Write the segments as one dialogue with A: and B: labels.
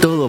A: Todo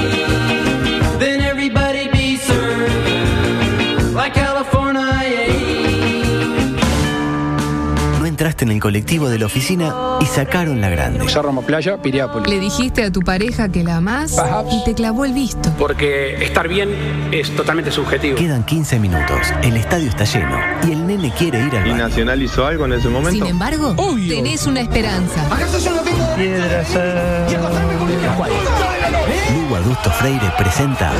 B: Then everybody be served like California.
A: No entraste en el colectivo de la oficina y sacaron la grande.
C: Cerro Playa, Piriápolis.
D: Le dijiste a tu pareja que la amás y te clavó el visto.
E: Porque estar bien es totalmente subjetivo.
A: Quedan 15 minutos, el estadio está lleno y el nene quiere ir al
F: ¿Y
A: baño.
F: Nacional hizo algo en ese
D: Sin
F: momento?
D: embargo, tenés una esperanza.
A: Lugo Augusto Freire presenta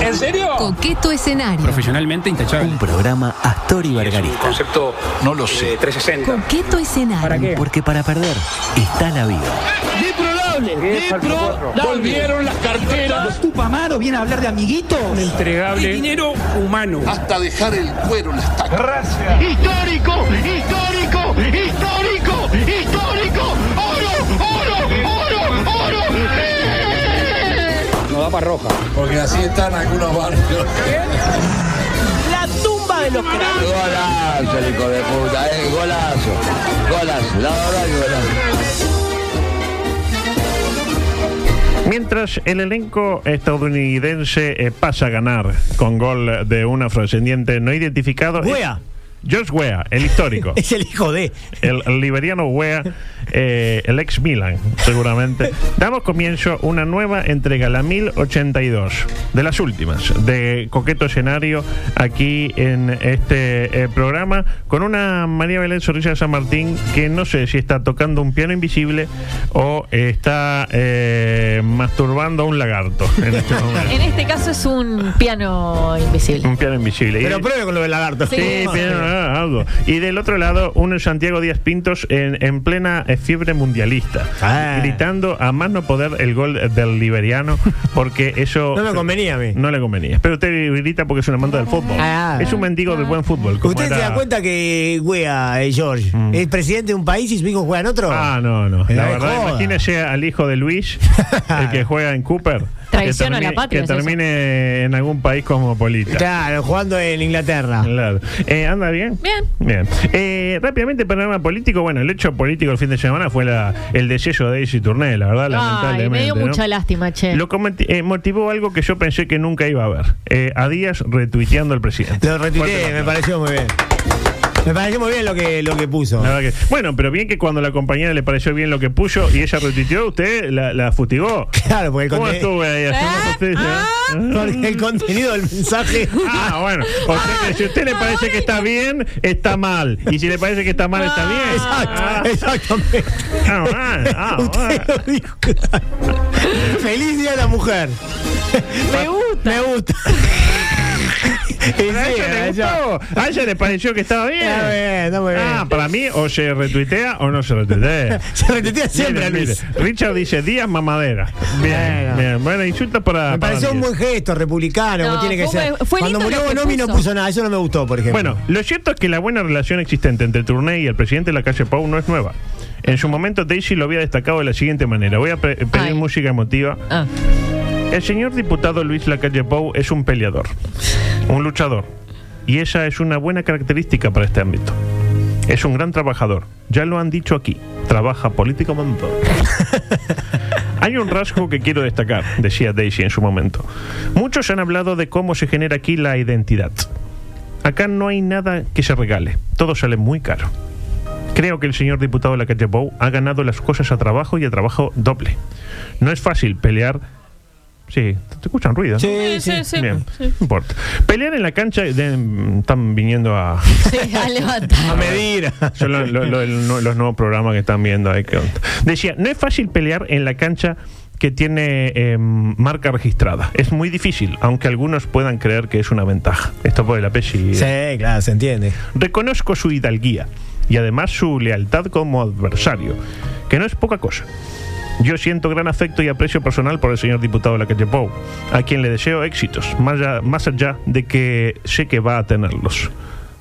D: Coqueto escenario.
E: Profesionalmente intachable.
A: un programa Astor y
E: Un
A: Bargarista.
E: concepto no lo sé. 360.
D: Coqueto escenario.
A: Porque para perder está la vida.
G: Volvieron las carteras.
H: Tupamaro viene a hablar de amiguitos.
E: Entregable. dinero humano.
G: Hasta dejar el cuero en las tacas.
I: histórico, histórico, histórico, histórico, oro, oro, oro, oro.
C: Nos da para roja.
G: Porque así están algunos barrios.
H: La tumba de los cráneos.
G: Golazo, el hijo de puta, eh, golazo. Golazo, la verdad que golazo.
J: Mientras el elenco estadounidense eh, pasa a ganar con gol de un afrodescendiente no identificado.
H: Wea.
J: George Wea, el histórico.
H: Es el hijo de.
J: el, el liberiano Wea, eh, el ex Milan, seguramente. Damos comienzo a una nueva entrega, la 1082, de las últimas, de Coqueto Escenario, aquí en este eh, programa, con una María Belén Sorrisa de San Martín que no sé si está tocando un piano invisible o está eh, masturbando a un lagarto en este momento.
K: En este caso es un piano invisible.
J: Un piano invisible. Y-
H: Pero pruebe con lo del lagarto.
J: Sí, pero, ah, algo. Y del otro lado, un Santiago Díaz Pintos en, en plena eh, fiebre mundialista,
H: Ah.
J: gritando a más no poder el gol del liberiano, porque eso
H: No me convenía a mí.
J: no le convenía. Pero usted grita porque es un amante del fútbol.
H: Ah.
J: Es un mendigo del buen fútbol. como
H: ¿Usted se
J: era-
H: da cuenta que wea eh, George es presidente de un país y su hijo juega en otro?
J: Ah, no, no.
H: Eh,
J: La
H: no
J: verdad,
H: joda.
J: imagínese al hijo de Luis, el que juega en Cooper.
K: Traición a
J: que
K: la
J: termine-
K: patria,
J: Que
K: es eso.
J: termine en algún país cosmopolita.
H: Claro, jugando en Inglaterra.
J: Claro. Eh, ¿Anda
K: Ah.
J: bien?
K: Bien.
J: Bien. Eh, rápidamente, panorama político. Bueno, el hecho político el fin de semana fue la, el deceso de Daisy Tourné, la verdad,
K: Ay,
J: lamentablemente.
K: me dio
J: ¿no?
K: mucha lástima, che.
J: Lo que moti- eh, motivó algo que yo pensé que nunca iba a ver. Eh, a Díaz retuiteando al presidente.
H: Lo
J: Fuerte
H: retuiteé,
J: aplauso.
H: me pareció muy bien. Me pareció muy bien lo que, lo que puso.
J: La verdad que- bueno, pero bien que cuando la compañera le pareció bien lo que puso y ella retuiteó, usted la, la fustigó.
H: Claro, porque el,
J: ¿Cómo
H: conte-
J: estuve ahí haciendo
K: Ah,
J: justicia?
H: porque el contenido del mensaje.
J: Ah, bueno. O sea que si a usted le parece que está bien, está mal. Y si le parece que está mal, está bien. Ah.
H: Exacto, exactamente.
J: Ah, bueno, ah,
H: Usted
J: bueno.
H: lo dijo. Feliz día de la mujer. Me gusta. Me gusta.
J: Pero a ella le gustó. A ella le pareció que estaba bien.
H: Está bien, está muy bien.
J: Ah, para mí o se retuitea o no se retuitea.
H: Se retuitea siempre,
J: Miren,
H: Luis.
J: miren. Richard dice Díaz mamadera. Bien,
H: Bueno.
J: bien. Bueno, insultos para.
H: Me
J: para
H: pareció un
J: Díaz.
H: buen gesto republicano, como
K: No,
H: tiene que
K: fue-
H: ser.
K: fue
H: Cuando
K: lindo
H: murió
K: lo que
H: Bonomi no
K: puso.
H: puso nada, eso no me gustó, por ejemplo.
J: Bueno, lo cierto es que la buena relación existente entre Tourney y el presidente de la calle Pau no es nueva. En su momento Daisy lo había destacado de la siguiente manera. Voy a pe- pedir
K: Ay.
J: música emotiva.
K: Ah.
J: El señor diputado Luis Lacalle Pou es un peleador, un luchador, y esa es una buena característica para este ámbito. Es un gran trabajador, ya lo han dicho aquí, trabaja políticamente. Hay un rasgo que quiero destacar, decía Daisy en su momento. Muchos han hablado de cómo se genera aquí la identidad. Acá no hay nada que se regale, todo sale muy caro. Creo que el señor diputado de la calle Pou ha ganado las cosas a trabajo y a trabajo doble. No es fácil pelear. Sí, te escuchan ruido. ¿no?
H: Sí, sí.
J: Bien, no importa. Pelear en la cancha, de- mm, están viniendo a...
K: Sí, a levantar.
H: A medir.
J: Son lo- lo- lo- el- no- los nuevos programas que están viendo. ahí, qué onda. Decía, no es fácil pelear en la cancha que tiene em, marca registrada. Es muy difícil, aunque algunos puedan creer que es una ventaja. Esto por el apellido.
H: Sí, claro, se entiende.
J: Reconozco su hidalguía y además su lealtad como adversario, que no es poca cosa. Yo siento gran afecto y aprecio personal por el señor diputado de la calle Pou, a quien le deseo éxitos, más allá, más allá de que sé que va a tenerlos.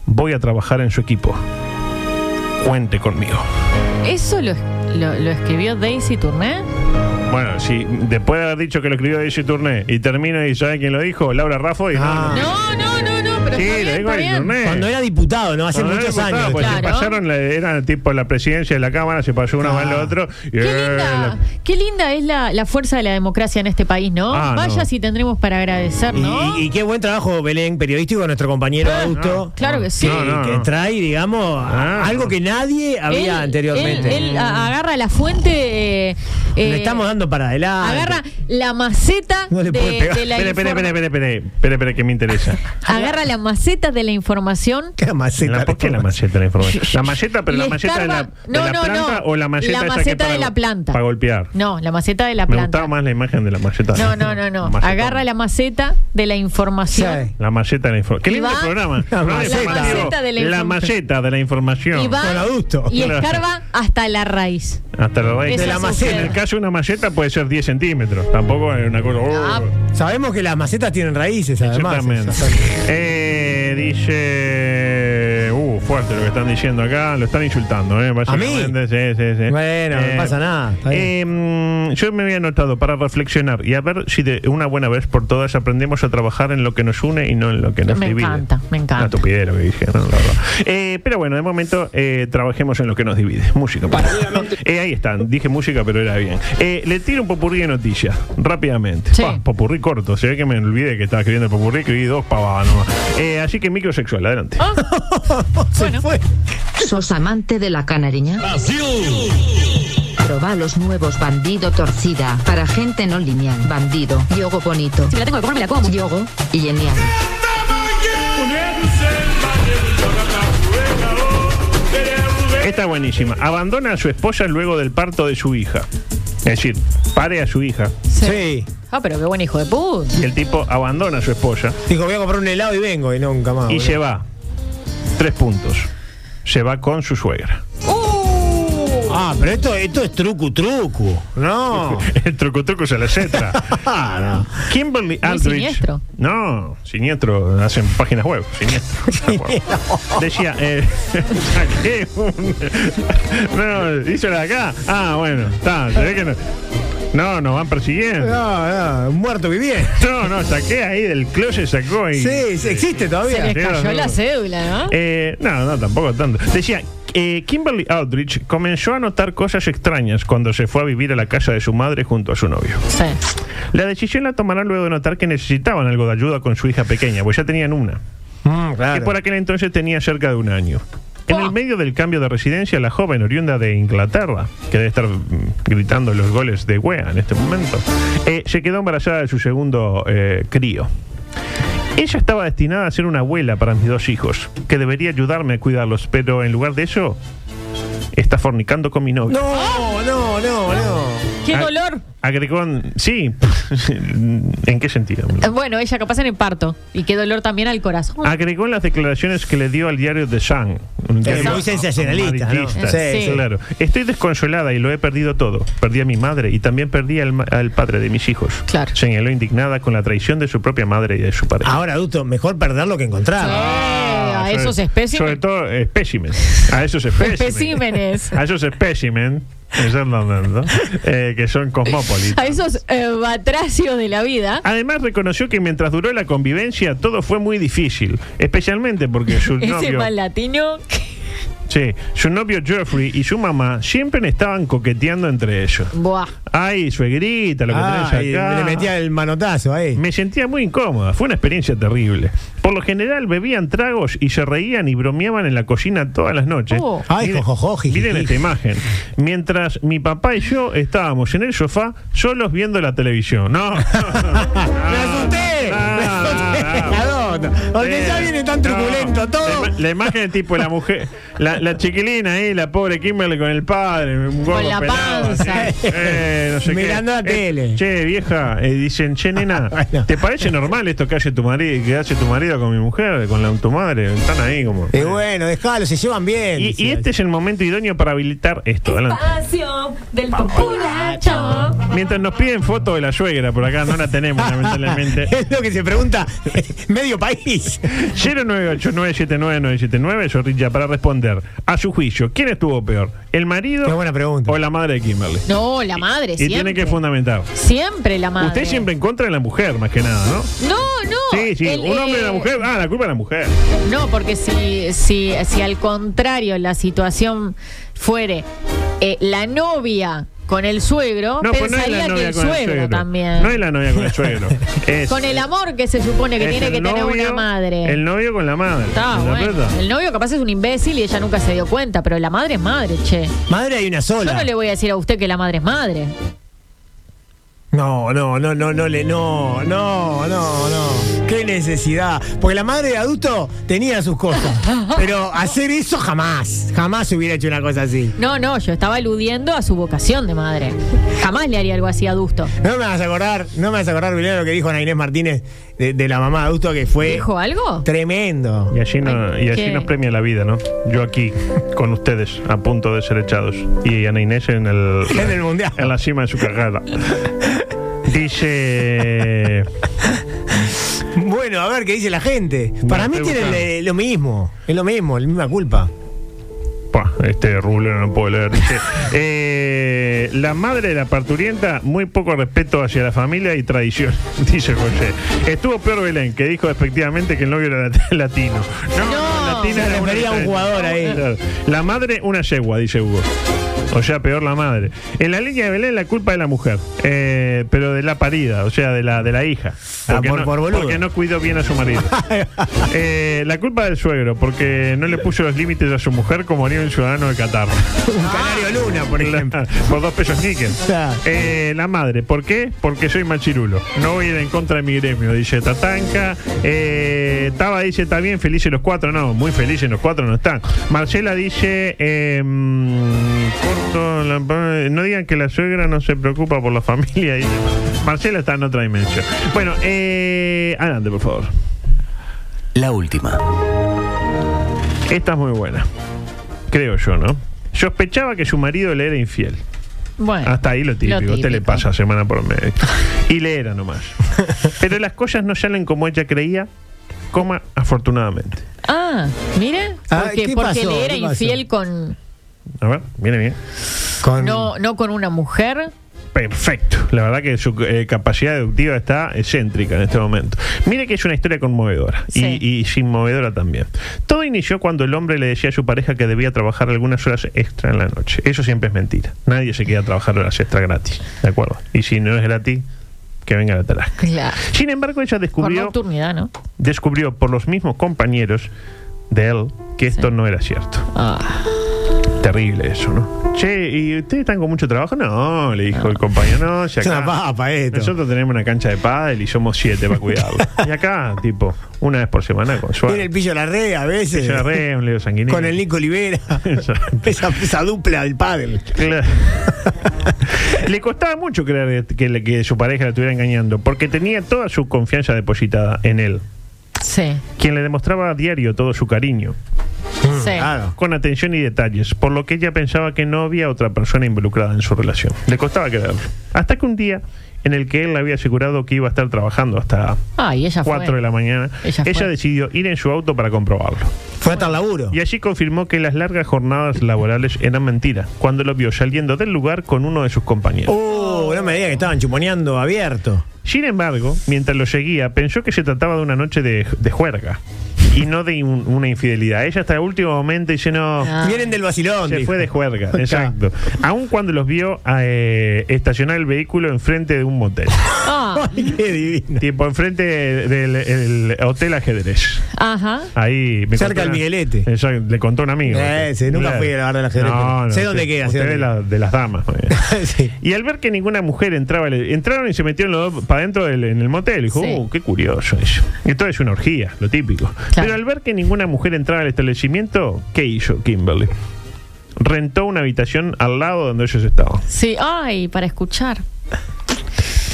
J: Voy a trabajar en su equipo. Cuente conmigo.
K: ¿Eso lo, lo- lo escribió Daisy Tourné?
J: Bueno, si después de haber dicho que lo escribió Daisy Tourné y termina y sabe quién lo dijo, Laura Raffo, y no,
H: Ah.
K: No, no, no, no, pero está
J: mentira,
K: bien,
J: digo,
K: está
J: en
K: bien.
J: internet.
H: Cuando era diputado, ¿no? Hace
J: No, no
H: muchos
J: era diputado,
H: años.
J: pues, se
K: Claro.
J: pasaron, la- era tipo la presidencia de la Cámara, se pasó uno
H: Ah.
J: más al otro. y,
K: Qué
J: eh,
K: linda,
J: la-
K: qué linda es la, la fuerza de la democracia en este país, ¿no?
J: Ah, no.
K: Vaya si tendremos para agradecer,
H: Y-
K: ¿no?
H: Y, y qué buen trabajo, Belén, periodístico, de nuestro compañero
K: Ah,
H: Augusto.
J: no.
K: claro que sí.
H: Que,
J: No, no,
H: que
J: no.
H: trae, digamos, a-
J: Ah.
H: algo que nadie había
K: Él-
H: anteriormente.
K: Él, él a- agarra la fuente. eh, eh,
H: Le estamos dando para adelante.
K: Agarra la maceta
H: No le
K: de,
H: puede pegar.
K: de la
J: Espere, espere,
K: informa-
J: espere, espere, espere, espere, espere, que me interesa.
K: Agarra la maceta de la información.
H: ¿Qué maceta?
J: La, ¿Por qué la maceta de la información? ¿La maceta, pero
K: y
J: la maceta de la,
K: escarba-
J: de la
K: No, no,
J: planta
K: no.
J: o la maceta,
K: La
J: esa que
K: maceta
J: para-
K: de la planta.
J: Para golpear.
K: No, la maceta de la
J: Me
K: planta.
J: gustaba más la imagen de la maceta.
K: No, no, no, no.
J: Macetón.
K: Agarra la maceta de la información.
H: Sí.
J: La maceta de la información. Qué
K: Y
J: lindo
K: va-
J: programa.
H: La
J: Programa
H: maceta.
J: informativo.
K: La maceta de la
J: La
K: información.
J: maceta de la información.
K: Y va
H: Con adusto.
K: y escarba hasta la raíz.
J: Hasta la raíz.
K: Esa
H: De la
K: es
H: maceta.
J: En
K: usted.
J: el caso de una maceta puede ser 10 centímetros. Tampoco es una cosa. oh,
K: Ah,
H: Sabemos que las macetas tienen raíces, además.
J: Exactamente. Eh, dice. Uh, fuerte lo que están diciendo acá. Lo están insultando, ¿eh? básicamente.
H: mí?
J: Sí, sí, sí.
H: Bueno, no pasa nada, está
J: eh, yo me había anotado para reflexionar y a ver si de una buena vez por todas aprendemos a trabajar en lo que nos une y no en lo que nos
K: Me
J: divide.
K: encanta, me encanta.
J: Una estupidez lo que dije, ¿no? la verdad. Eh, pero bueno, de momento eh, trabajemos en lo que nos divide. Música. por favor. Eh, ahí están. Dije música, pero era bien. Eh, le tiro un popurrí de noticias, rápidamente.
K: Sí.
J: Pa, popurrí corto. Se ve que me olvidé que estaba escribiendo el popurrí, escribí dos pavadas nomás. Eh, así que microsexual, adelante.
H: Se fue.
C: ¿Sos amante de la canariña? Proba los nuevos Bandido Torcida para gente no lineal. Bandido, yogo bonito,
K: si me la tengo que comer, me la como.
C: yogo y genial.
J: Esta es buenísima. Abandona a su esposa luego del parto de su hija. Es decir, pare a su hija.
H: Sí.
K: Ah, pero qué buen hijo de puta.
J: Y el tipo abandona a su esposa
H: Dijo, voy a comprar un helado y vengo, y nunca más.
J: y
H: boludo.
J: se va. Tres puntos. Se va con su suegra.
H: Ah, pero esto, esto es truco, truco. No.
J: El truco truco se la Z.
H: Ah,
J: Kimberly Aldrich.
K: siniestro.
J: No, siniestro. Hacen páginas web. Siniestro. Decía. Eh, saqué un- no, hizo la acá. Ah, bueno. Está. Se ve que no. No, nos van
H: no.
J: persiguiendo.
H: No, no, Ah, muerto viviente.
J: No, no, saqué ahí del closet, sacó y.
H: Sí, sí, existe
K: Se
H: todavía.
K: le cayó
J: Claro.
K: la cédula, ¿no?
J: Eh, no, no, tampoco tanto. Decía, eh, Kimberly Aldrich comenzó a notar cosas extrañas cuando se fue a vivir a la casa de su madre junto a su novio.
K: Sí.
J: La decisión la tomarán luego de notar que necesitaban algo de ayuda con su hija pequeña, pues ya tenían una,
H: Mm,
J: que por
H: claro.
J: aquel entonces tenía cerca de un año. En el medio del cambio de residencia, la joven oriunda de Inglaterra, que debe estar mm, gritando los goles de Wea en este momento, eh, se quedó embarazada de su segundo eh, crío. Ella estaba destinada a ser una abuela para mis dos hijos, que debería ayudarme a cuidarlos, pero en lugar de eso, está fornicando con mi novio.
H: No, no, no, no.
K: ¡Qué
J: Ah.
K: dolor!
J: Agregó, en- sí, ¿en qué sentido?
K: Eh, Bueno, ella capaz en el parto. Y qué dolor también al corazón.
J: Agregó en las declaraciones que le dio al diario The Sun. un diario
H: muy sensacionalista, ¿no?
J: maritista.
H: Sí,
K: Sí.
J: Claro. Estoy desconsolada y lo he perdido todo. Perdí a mi madre y también perdí al, ma- al padre de mis hijos.
K: Claro.
J: Señaló indignada con la traición de su propia madre y de su pareja.
H: Ahora, adulto, mejor perderlo que encontrarlo.
K: a
J: sobre-
K: esos espécimen-
J: Sobre todo eh, espécimen. A esos espécimen.
K: Especímenes.
J: A esos espécimen. exactamente, eh, que son cosmopolitas.
K: A esos eh, batracios de la vida.
J: Además reconoció que mientras duró la convivencia todo fue muy difícil, especialmente porque su
K: Ese
J: novio
K: mal latino.
J: Sí, su novio Jeffrey y su mamá siempre estaban coqueteando entre ellos.
K: Buah.
J: Ay, suegrita, lo que
H: Ah, y
J: tenés acá.
H: le metía el manotazo ahí.
J: Me sentía muy incómoda, fue una experiencia terrible. Por lo general bebían tragos y se reían y bromeaban en la cocina todas las noches.
K: Oh.
H: Ay,
J: Miren-
H: jojojo, jijiji.
J: Miren esta imagen. Mientras mi papá y yo estábamos en el sofá, solos viendo la televisión. No. Ah,
H: ¡Me asusté! ¡Me asusté! Adorno. Porque ya viene tan truculento todo.
J: La, ima- la imagen de tipo la mujer, la, la chiquilina ahí, la pobre Kimberly con el padre, un gordo
K: Con la
J: pelado,
K: panza.
J: así, eh, no sé qué.
H: Mirando la
J: Eh,
H: tele.
J: Che, vieja, eh, dicen, che, nena, Ah,
H: Bueno.
J: ¿te parece normal esto que hace tu marido, que hace tu marido con mi mujer, con la tu madre? Están ahí como.
H: Y bueno, dejalo, se llevan bien.
J: Y, y
H: decía.
J: este es el momento idóneo para habilitar esto. Adelante.
K: del populacho.
J: Mientras nos piden fotos de la suegra por acá, no la tenemos, lamentablemente.
H: es lo que se pregunta Medio país.
J: 098979979, Zorrilla, para responder. A su juicio, ¿quién estuvo peor? ¿El marido
H: Qué buena pregunta.
J: o la madre de Kimberly?
K: No, la madre,
J: y
K: siempre.
J: tiene que fundamentar.
K: Siempre la madre.
J: Usted siempre en contra de la mujer, más que nada, ¿no?
K: No, no.
J: Sí, sí,
K: el,
J: un hombre
K: eh,
J: y una mujer. Ah, la culpa de la mujer.
K: No, porque si, si, si al contrario la situación fuere eh, la novia con el suegro,
J: No, pues no es
K: pensaría
J: la
K: que
J: novia
K: el
J: con
K: suegro,
J: el suegro.
K: también.
J: No es la novia con el suegro. Es-
K: Con el amor que se supone que
J: es
K: tiene
J: el
K: que tener una
J: novio-
K: madre.
J: El novio con la madre.
K: Está,
J: ¿Se
K: bueno.
J: interpreta?
K: El novio capaz es un imbécil y ella nunca se dio cuenta, pero la madre es madre, che.
H: Madre hay una sola.
K: Yo no le voy a decir a usted que la madre es madre.
H: No, no, no, no, no le, no, no, no, no. Qué necesidad. Porque la madre de adulto tenía sus cosas. Pero hacer eso jamás. Jamás hubiera hecho una cosa así.
K: No, no, yo estaba aludiendo a su vocación de madre. Jamás le haría algo así a Dusto.
H: No me vas a acordar, no me vas a acordar, Belén, lo que dijo Ana Inés Martínez de, de la mamá de adulto que fue
K: ¿Dijo algo?
H: tremendo.
J: Y allí, no-
K: Ay,
J: y allí
K: qué-
J: nos premia la vida, ¿no? Yo aquí, con ustedes, a punto de ser echados. Y Ana Inés en el,
H: En el mundial.
J: en la cima de su carrera. Dice.
H: Bueno, a ver qué dice la gente.
J: No,
H: Para mí
J: estoy
H: tienen
J: buscando.
H: eh, lo mismo. Es lo mismo, la misma culpa.
J: Pa, este rublo no puedo leer. Dice, eh, la madre de la parturienta, muy poco respeto hacia la familia y tradición, dice José. Estuvo peor Belén, que dijo efectivamente que el novio era lat- latino. No,
K: No,
H: se
J: era
H: refería a un
J: diferente.
H: jugador ahí.
J: Claro. La madre, una yegua, dice Hugo. O sea, peor la madre. En la línea de Belén, la culpa de la mujer, eh, pero de la parida, o sea, de la, de la hija.
H: Ah, por-
J: no,
H: por boludo.
J: porque no cuidó bien a su marido. Eh, la culpa del suegro, porque no le puso los límites a su mujer como haría un ciudadano de Qatar.
H: Un canario luna, por ejemplo.
J: Por dos pesos níquel.
H: Claro.
J: Eh, la madre, ¿por qué? Porque soy machirulo. No voy a ir en contra de mi gremio, dice Tatanka. Eh, Taba dice, está bien, felices los cuatro. No, muy felices los cuatro no están. Marcela dice, eh, mm, corto la- no digan que la suegra no se preocupa por la familia. dice. Marcela está en otra dimensión. Bueno, eh, adelante, por favor.
A: La última.
J: Esta es muy buena. Creo yo, ¿no? Sospechaba que su marido le era infiel.
K: Bueno.
J: Hasta ahí lo típico.
K: Lo
J: Usted le
K: típico.
J: pasa semana por medio. Y le era nomás. Pero las cosas no salen como ella creía, coma, afortunadamente.
K: Ah, mire.
H: Ah,
K: Porque,
H: ¿qué
K: porque
H: pasó?
K: le era
H: ¿Qué pasó?
K: infiel con.
J: A ver, viene bien.
H: Con-
K: No, no con una mujer.
J: Perfecto. La verdad que su eh, capacidad deductiva está excéntrica en este momento. Mire que es una historia conmovedora y-
K: Sí.
J: y, sinmovedora también. Todo inició cuando el hombre le decía a su pareja que debía trabajar algunas horas extra en la noche. Eso siempre es mentira. Nadie se queda a trabajar horas extra gratis. ¿De acuerdo? Y si no es gratis, que venga la tarasca.
K: Claro.
J: Sin embargo, ella
K: Por
J: descubrió
K: nocturnidad, ¿no?
J: descubrió por los mismos compañeros de él que esto no era cierto.
K: Ah,
J: Terrible eso, ¿no? Che, ¿y ustedes están con mucho trabajo? No, le dijo el compañero. No, si
H: Es una
J: acá
H: papa esto.
J: nosotros tenemos una cancha de pádel y somos siete para cuidarlo. y acá, tipo, una vez por semana con
H: Tiene el
J: suave.
H: pillo la red a veces.
J: Yo agarré un Leo Sanguinetti.
H: Con el Nico Olivera.
J: Exacto.
H: esa, esa dupla del pádel.
J: Claro. le costaba mucho creer que, le- que su pareja la estuviera engañando porque tenía toda su confianza depositada en él,
K: sí,
J: quien le demostraba a diario todo su cariño.
K: sí.
H: Claro.
J: con atención y detalles, por lo que ella pensaba que no había otra persona involucrada en su relación. Le costaba creerlo. Hasta que un día en el que él le había asegurado que iba a estar trabajando hasta
K: Ah, y ella fue.
J: 4 de la mañana,
K: Ella
J: ella,
K: fue.
J: decidió ir en su auto para comprobarlo.
H: Fue hasta el laburo.
J: Y allí confirmó que las largas jornadas laborales eran mentira, cuando lo vio saliendo del lugar con uno de sus compañeros.
H: Oh, no me digas que estaban chuponeando abierto.
J: Sin embargo, mientras lo seguía, pensó que se trataba de una noche de, de juerga y no de in- una infidelidad. Ella hasta el último momento dice, no,
K: Ah.
H: Vienen del vacilón.
J: Se
H: dijo.
J: fue de juerga,
H: Acá.
J: exacto. Aun cuando los vio eh, estacionar el vehículo enfrente de un motel.
K: Ah,
H: Ay, qué divino.
J: tipo, enfrente del el Hotel Ajedrez.
K: ajá.
J: Ahí me
H: Cerca
J: contó
H: del
J: una-
H: Miguelete.
J: Exacto, le contó un amigo.
H: Eh, sí, nunca fui a la barra del ajedrez,
J: No,
H: pero
J: no,
H: sé dónde
J: usted-
H: queda, sé
J: usted
H: dónde
J: de, la- de las damas. pues. muy bien.
H: Sí.
J: Y al ver que ninguna mujer entraba, le- entraron y se metieron los dos para adentro del- en el motel. Dijo,
K: Sí.
J: "Uh, qué curioso eso. Y esto es una orgía, lo típico. Pero al ver que ninguna mujer entraba al establecimiento, ¿qué hizo Kimberly? Rentó una habitación al lado donde ellos estaban.
K: Sí, ay, para escuchar.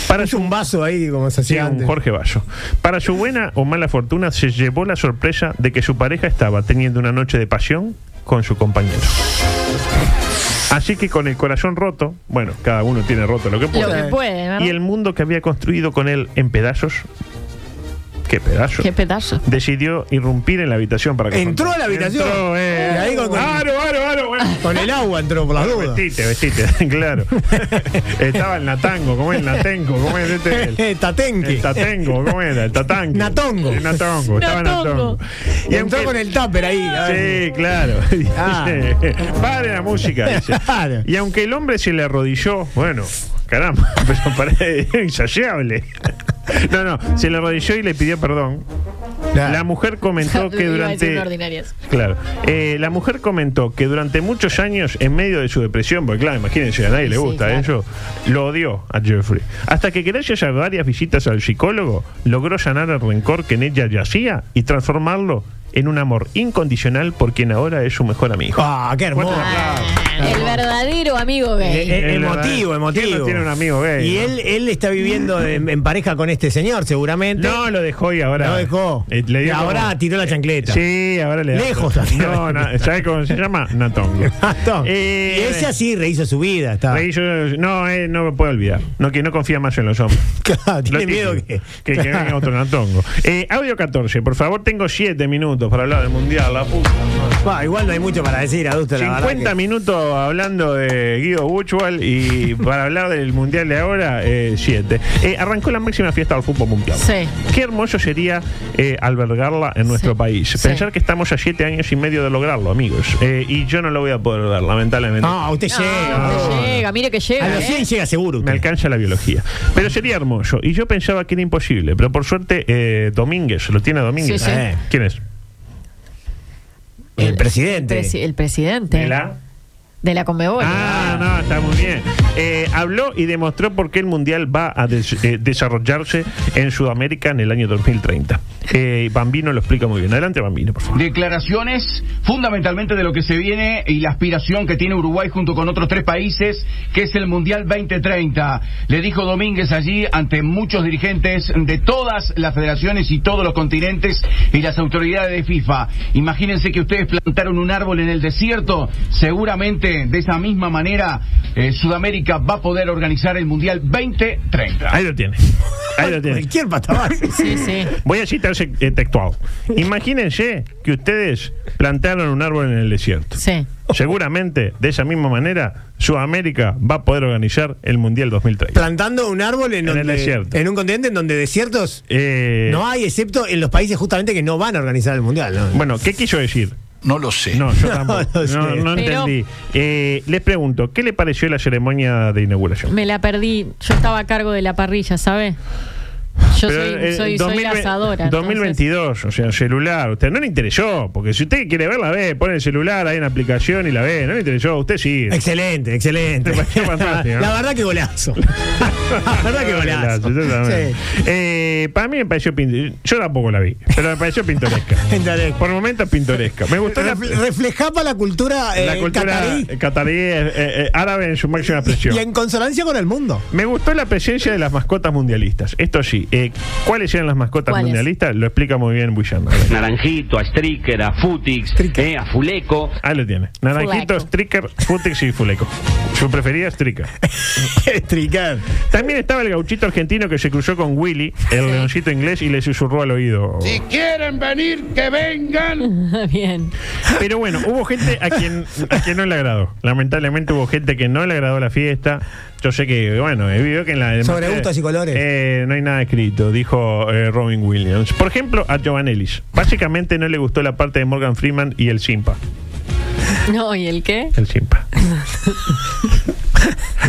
J: Para
H: Puso
J: su,
H: un vaso ahí, como se
J: Sí,
H: hacía
J: un
H: antes.
J: Jorge Bayo. Para su buena o mala fortuna, se llevó la sorpresa de que su pareja estaba teniendo una noche de pasión con su compañero. Así que con el corazón roto, bueno, cada uno tiene roto lo que puede.
K: Lo que puede, ¿verdad?
J: y el mundo que había construido con él en pedazos Qué pedazo.
K: Qué pedazo.
J: Decidió irrumpir en la habitación para que.
H: Entró a la habitación.
J: Entró, eh.
H: Y ahí con- con-
J: Aro, aro, aro, bueno.
H: Con el agua entró por las dudas.
J: Vestite, vestite, claro. Estaba el Natango, ¿cómo es? El Natenco, ¿cómo es? Este, el-
H: Eh, Tatenque.
J: El tatengo, ¿cómo era? El tatango.
H: Natongo.
J: El natongo, estaba
K: Natongo.
J: natongo.
H: Y entró con el tupper ahí. a ver.
J: Sí, claro.
H: Ah.
J: Dice, Pare la música. dice.
H: Claro.
J: Y aunque el hombre se le arrodilló, bueno, caramba, pero parece insayable. No, no, se le arrodilló y le pidió perdón.
H: Claro.
J: La mujer comentó que
K: Iba a decir una
J: durante.
K: ordinaria.
J: Claro. Eh, la mujer comentó que durante muchos años, en medio de su depresión, porque claro, imagínense, a nadie le
K: Sí,
J: gusta
K: claro.
J: eso, lo odió a Jeffrey. Hasta que gracias a varias visitas al psicólogo, logró sanar el rencor que en ella yacía y transformarlo en un amor incondicional por quien ahora es su mejor amigo.
H: Ah, qué hermoso.
J: Fuerte
K: Ah, el verdadero amigo gay.
H: Eh, eh,
J: El
H: emotivo,
J: verdadero-
H: emotivo.
J: ¿Quién no tiene un amigo gay,
H: Y
J: no?
H: él, él está viviendo en, en pareja con este señor, seguramente.
J: No, lo dejó y ahora.
H: Lo dejó.
J: Eh, le dio
H: y ahora
J: como-
H: tiró la chancleta.
J: Sí, ahora le da-
H: Lejos
J: No, na- ¿sabes cómo se llama? Natongo.
H: Gastón.
J: Eh,
H: Ah, y ese así rehizo su vida. Está.
J: Ahí yo- no, eh, no me puedo olvidar. No, que no confía más en los hombres.
H: Claro,
J: Lo
H: tiene miedo que.
J: típico, que, que venga otro natongo. Eh, audio 14, por favor, tengo 7 minutos para hablar del mundial, la puta.
H: Bah, igual no hay mucho para decir, adulto, la verdad.
J: 50
H: que-
J: minutos hablando de Guido Buchwald y para hablar del mundial de ahora, 7. arrancó la máxima fiesta del fútbol mundial.
K: Sí.
J: Qué hermoso sería eh, albergarla en nuestro país.
K: Sí.
J: Pensar que estamos a 7 años y medio de lograrlo, amigos. Eh, y yo no lo voy a poder ver, lamentablemente.
K: Ah.
H: No, usted
K: No,
H: llega.
K: usted
H: no.
K: Ah, llega, mire que llega.
H: A los
K: ¿eh?
H: 100 llega seguro.
J: Me
H: usted.
J: alcanza la biología. Pero sería hermoso. Y yo pensaba que era imposible. Pero por suerte, eh, Domínguez, lo tiene a Domínguez.
K: Sí, sí.
J: Eh, ¿Quién es?
H: El presidente.
K: presi- el presidente
J: De la-
K: de la Conmebol.
J: Ah, no, está muy bien. Eh, habló y demostró por qué el Mundial va a des- eh, desarrollarse en Sudamérica en el año 2030. Eh, Bambino lo explica muy bien. Adelante, Bambino, por favor.
I: Declaraciones fundamentalmente de lo que se viene y la aspiración que tiene Uruguay junto con otros tres países, que es el Mundial 2030. Le dijo Domínguez allí ante muchos dirigentes de todas las federaciones y todos los continentes y las autoridades de FIFA. Imagínense que ustedes plantaron un árbol en el desierto, seguramente de esa misma manera eh, Sudamérica va a poder organizar el Mundial 2030.
J: Ahí lo tiene. Ahí lo tiene.
H: Cualquier patabán.
K: Sí, sí.
J: Voy a citar ese, eh, textual. Imagínense que ustedes plantaron un árbol en el desierto.
K: Sí.
J: Seguramente, de esa misma manera, Sudamérica va a poder organizar el Mundial 2030.
H: Plantando un árbol en,
J: En el
H: donde-
J: desierto.
H: en un continente en donde desiertos
J: Eh,
H: no hay, excepto en los países justamente que no van a organizar el mundial. ¿no?
J: Bueno, ¿qué quiso decir?
G: No lo sé.
J: No, yo tampoco.
H: No lo sé.
J: No, no
K: Pero-
J: entendí. Eh, les pregunto, ¿qué le pareció la ceremonia de inauguración?
K: Me la perdí. Yo estaba a cargo de la parrilla, ¿sabe? Yo
J: Pero,
K: soy,
J: eh,
K: soy, soy
J: 2020
K: la asadora. entonces-
J: 2022, o sea, celular. Usted no le interesó, porque si usted quiere verla, ve, pone el celular, hay una aplicación y la ve. No le interesó, usted sí.
H: Excelente, excelente.
J: Me pareció fantástico.
H: La verdad que golazo. La verdad que golazo.
J: Exactamente.
H: Sí.
J: Eh, para mí me pareció pintoresca. Yo tampoco la vi, pero me pareció pintoresca.
H: Pintoresca.
J: Por momentos pintoresca. Me gustó la,
H: Refle- Reflejá para la cultura, eh,
J: la cultura
H: catarí
J: catarí, eh, eh, árabe en su máxima expresión.
H: y en consonancia con el mundo.
J: Me gustó la presencia de las mascotas mundialistas. Esto sí, eh, ¿cuáles eran las mascotas
K: ¿Cuáles?
J: mundialistas? Lo explica muy bien William.
I: Naranjito, a Stricker, a Futix, eh, a Fuleco.
J: Ahí lo tiene. Naranjito,
K: Fuleco.
J: Stricker, Futix y Fuleco. Su preferida, Stricker.
H: Estricar.
J: También estaba el gauchito argentino que se cruzó con Willy, el leoncito inglés, y le susurró al oído.
I: quieren venir, que vengan.
K: Bien.
J: Pero bueno, hubo gente a quien, a quien no le agradó. Lamentablemente hubo gente que no le agradó la fiesta. Yo sé que, bueno, he vivido que en la... en
H: Sobre
J: materia-
H: gustos y colores.
J: Eh, no hay nada escrito, dijo eh, Robin Williams. Por ejemplo, a Giovanellis. Básicamente no le gustó la parte de Morgan Freeman y el Simpa.
K: No, ¿y el qué?
J: El Simpa.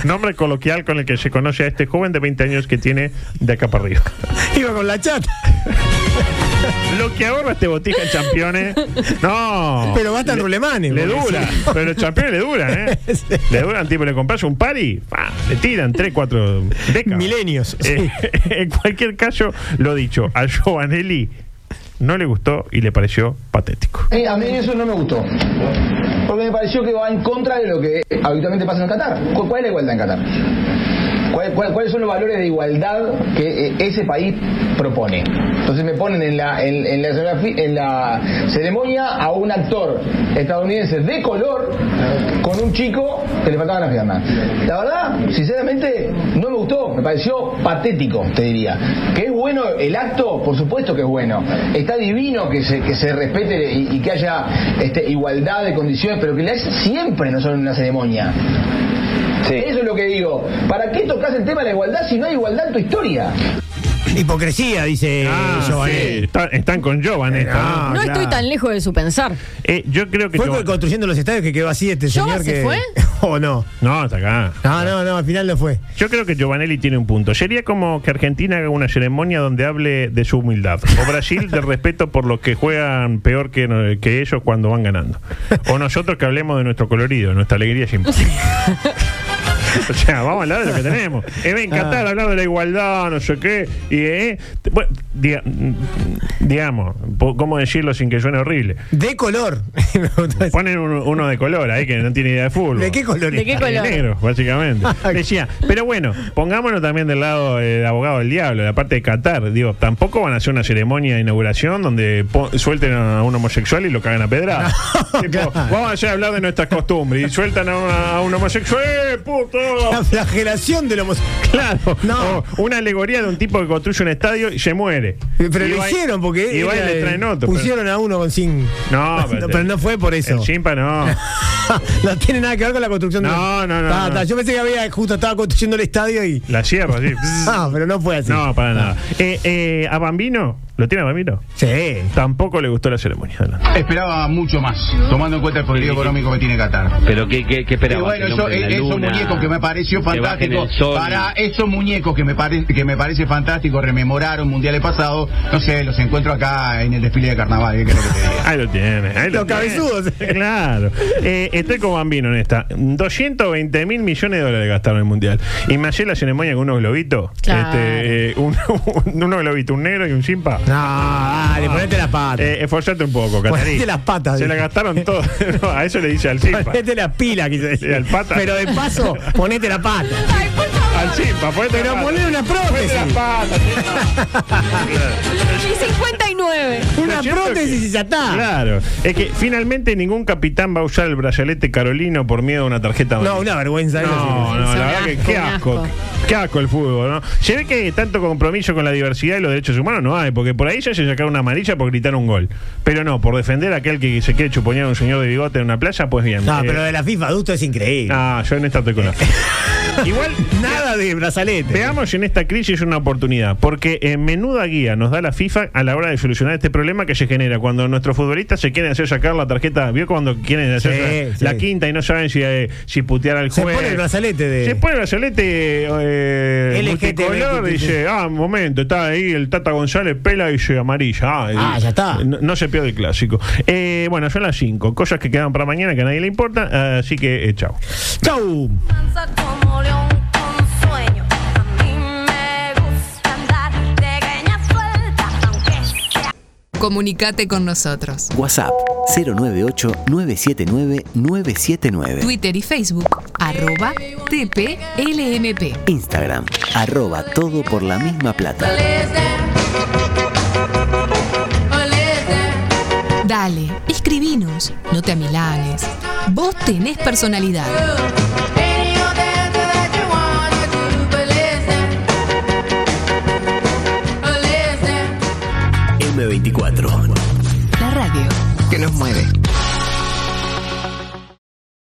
J: Nombre coloquial con el que se conoce a este joven de 20 años que tiene de acá para arriba.
H: Iba con la chata.
J: Lo que ahorra este botija en championes. No.
H: Pero va tan rulemanes.
J: Le
H: porque
J: dura,
H: sí.
J: pero los campeones le duran, ¿eh?
H: Sí.
J: Le duran, tipo, le compras un pari, pa, le tiran 3, 4 décadas.
H: Milenios,
J: Eh, en cualquier caso, lo dicho, a Giovanelli no le gustó y le pareció patético.
G: a mí eso no me gustó. Porque me pareció que va en contra de lo que habitualmente pasa en Qatar. ¿Cu- ¿Cuál es la igualdad en Qatar?
F: ¿Cuál- cuál- ¿Cuáles son los valores de igualdad que eh, ese país propone? Entonces me ponen en la, en, en la, escenafi- en la ceremonia a un actor estadounidense de color con un chico que le faltaban las piernas. La verdad, sinceramente, no me gustó, me pareció patético, te diría. ¿Que es bueno el acto? Por supuesto que es bueno. Está divino que se, que se respete y, y que haya este, igualdad de condiciones, pero que la es siempre, no solo en una ceremonia. Eso es lo que digo. ¿Para qué tocas el tema de la igualdad si no hay igualdad en tu historia?
H: Hipocresía, dice
J: Ah,
H: Giovanni.
J: sí, está- están con Jovan esta.
K: No estoy tan lejos de su pensar.
J: Eh, yo creo que
H: Ah. Fue
J: Jovan-
H: con- construyendo los estadios que quedó así este
K: ¿Jova
H: señor
K: se
H: que.
K: fue?
H: ¿O no?
J: No, está acá.
H: No, no, no, al final lo fue.
J: Yo creo que Giovanelli tiene un punto. Sería como que Argentina haga una ceremonia donde hable de su humildad. O Brasil del respeto por los que juegan peor que, no- que ellos cuando van ganando. O nosotros que hablemos de nuestro colorido, nuestra alegría siempre. O sea, vamos a hablar de lo que tenemos. Eh, me
H: Ah.
J: encantar hablar de la igualdad, no sé qué. Y, eh, te- bueno, diga- mm, digamos, po- ¿cómo decirlo sin que suene horrible?
H: De color. Me gustó eso.
J: Ponen un- uno de color ahí que no tiene idea de fútbol.
H: ¿De qué color
K: ¿De qué
H: está?
K: color?
J: Negro, básicamente. Decía, pero bueno, pongámonos también del lado eh, del abogado del diablo, la parte de Qatar. Digo, tampoco van a hacer una ceremonia de inauguración donde po- suelten a un homosexual y lo cagan a pedradas.
H: claro.
J: Tipo, Vamos allá a hablar de nuestras costumbres y sueltan a, una- a un homosexual. ¡Eh, puto!
H: La flagelación del homosexual.
J: Claro, Oh.
H: No.
J: O una alegoría de un tipo que construye un estadio y se muere.
H: Pero
J: Y
H: lo
J: va-
H: hicieron porque.
J: y va y
H: era
J: le
H: el-
J: traen otro. pero-
H: Pusieron a uno con sin.
J: No,
H: pero, no fue por eso.
J: El chimpa no.
H: no tiene nada que ver con la construcción de-
J: No, no, no,
H: Ta,
J: no.
H: ta, Yo pensé que había justo estaba construyendo el estadio y.
J: La sierra, sí.
H: Ah, pero no fue así.
J: No, para nada. Eh, eh, a Bambino, ¿lo tiene a Bambino?
H: Sí.
J: Tampoco le gustó la ceremonia. adelante.
I: Esperaba mucho más, tomando en cuenta el poderío económico que tiene Qatar.
L: Pero qué, qué, qué
I: Y
L: esperabas.
I: bueno, eso- eh, esos muñecos que me pareció fantástico, para
L: Para...
I: esos muñecos que me, pare- que me parece fantástico, rememoraron mundiales pasados, no sé, los encuentro acá en el desfile de carnaval, ¿eh? ¿qué querés que te diga?
J: Ahí lo tiene. ahí lo
H: Los
J: tiene.
H: cabezudos.
J: Claro. Eh, estoy con Bambino en esta. 220 mil millones de dólares gastaron en el mundial. Imagínate la ceremonia con unos globitos.
K: Claro.
J: Este, eh, un, un- unos globitos, un negro y un chimpa.
H: No, dale, ponete las patas.
J: Eh, esforzate un poco, Catarí.
H: ponete las patas.
J: Se la gastaron todo. No, a eso le dice al chimpa.
H: Ponete las pilas, quise decir.
J: Y al eh, pata.
H: Pero de paso, ponete la pata.
J: Al chimpa, ponete
H: Pero
J: la pata.
H: ponle una
J: Ponete
H: prótesis.
J: la pata,
K: Y 59.
H: Una
J: Lo cierto
H: prótesis
J: que-
H: y ya está.
J: Claro. Es que finalmente ningún capitán va a usar el brazalete carolino por miedo a una tarjeta
H: No,
J: amarilla.
H: una vergüenza. ¿eh? eso
J: No,
H: sí.
J: no,
K: Es
J: la
K: un
J: verdad que
K: asco,
J: qué
K: un
J: asco.
K: asco.
J: Qué asco el fútbol, ¿no? Se ve que tanto compromiso con la diversidad y los derechos humanos no hay, porque por ahí ya se sacaron una amarilla por gritar un gol. Pero no, por defender a aquel que se quiere chuponear a un señor de bigote en una playa, pues bien.
H: No,
J: Eh,
H: pero de la FIFA adulto es increíble.
J: ah, yo en esta estoy con la- Igual,
H: Nada de brazalete.
J: Veamos si en esta crisis una oportunidad, porque en menuda guía nos da la FIFA a la hora de solucionar este problema que se genera cuando nuestros futbolistas se quieren hacer sacar la tarjeta, vio cuando quieren hacer
H: Sí,
J: la,
H: sí.
J: la quinta y no saben si, eh, si putear al
H: Se
J: juez.
H: pone el brazalete de-
J: Se pone el brazalete eh,
H: LGTB+.
J: multicolor y dice, ah, un momento, está ahí el Tata González pela y dice amarilla. Ah,
H: Ah,
J: y-
H: ya está.
J: No, no se pierde el clásico. Eh, bueno, son las cinco, cosas que quedan para mañana que a nadie le importa, así que eh, chao.
H: Chau.
M: Danza como león con sueño. A mí me gusta andar de greña suelta, aunque sea.
D: Comunicate con nosotros.
A: WhatsApp 098-979-979.
D: Twitter y Facebook, arroba TPLMP.
A: Instagram, arroba todo por la misma plata.
D: Dale, escribinos, no te amilanes. Vos tenés personalidad.
A: M24.
D: La radio.
A: Que nos mueve.